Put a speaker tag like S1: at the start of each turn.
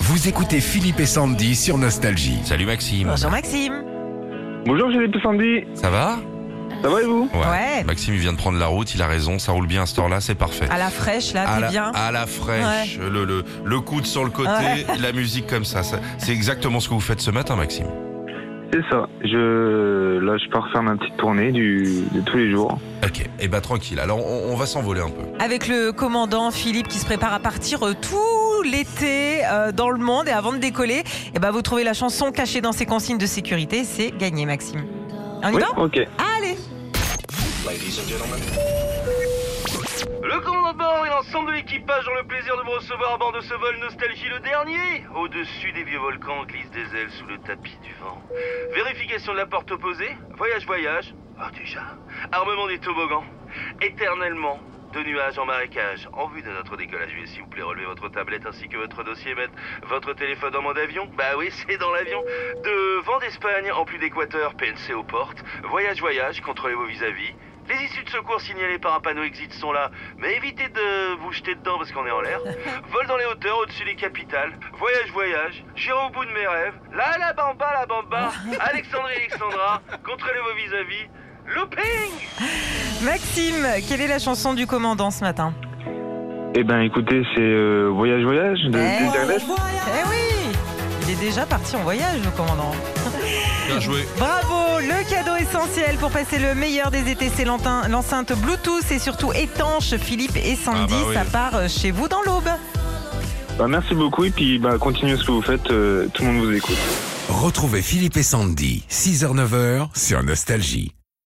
S1: Vous écoutez Philippe et Sandy sur Nostalgie.
S2: Salut Maxime.
S3: Bonjour Maxime.
S4: Bonjour Philippe et Sandy,
S2: Ça va
S4: ça va et vous
S3: Ouais.
S2: Maxime, il vient de prendre la route, il a raison, ça roule bien à cette heure-là, c'est parfait.
S3: À la fraîche là,
S2: À
S3: Ah, t'es
S2: la,
S3: bien.
S2: à la fraîche, le, le, le coude sur le côté,
S3: Ouais.
S2: la musique comme ça. ça- C'est exactement ce que vous faites ce matin, Maxime.
S4: C'est ça, je... là je pars faire ma petite tournée du... de tous les jours.
S2: Ok, et bah tranquille, alors on, on va s'envoler un peu.
S3: Avec le commandant Philippe qui se prépare à partir euh, tout l'été euh, dans le monde et avant de décoller, eh ben vous trouvez la chanson cachée dans ses consignes de sécurité, c'est gagné Maxime. On y
S4: Oui,
S3: va
S4: ok.
S3: Allez
S5: Le commandant et l'ensemble de l'équipage ont le plaisir de me recevoir à bord de ce vol Nostalgie le dernier. Au-dessus des vieux volcans glissent des ailes sous le tapis du vent. Vérification de la porte opposée. Voyage, voyage. Ah déjà. Armement des toboggans. Éternellement. De nuages en marécage. En vue de notre décollage, veuillez, s'il vous plaît, relever votre tablette ainsi que votre dossier, mettre votre téléphone en mode avion. Bah oui, c'est dans l'avion. De vent d'Espagne en plus d'Équateur, PNC aux portes. Voyage, voyage, contrôlez vos vis-à-vis. Les issues de secours signalées par un panneau exit sont là, mais évitez de vous jeter dedans parce qu'on est en l'air. Vol dans les hauteurs au-dessus des capitales. Voyage, voyage. J'irai au bout de mes rêves. Là, la bamba, la bamba. Alexandrie, Alexandra. Contrôlez vos vis-à-vis. Looping
S3: Maxime, quelle est la chanson du commandant ce matin
S4: Eh ben écoutez, c'est euh, Voyage Voyage de
S3: Eh
S4: Désirless.
S3: Eh oui Il est déjà parti en voyage le commandant.
S2: Bien joué.
S3: Bravo, le cadeau essentiel pour passer le meilleur des étés, c'est l'entein- l'enceinte Bluetooth et surtout étanche Philippe et Sandy,
S2: Ah bah oui.
S3: ça part euh, chez vous dans l'aube.
S4: Bah, merci beaucoup et puis bah, continuez ce que vous faites, euh, tout le monde vous écoute.
S1: Retrouvez Philippe et Sandy, 6h-9h sur Nostalgie.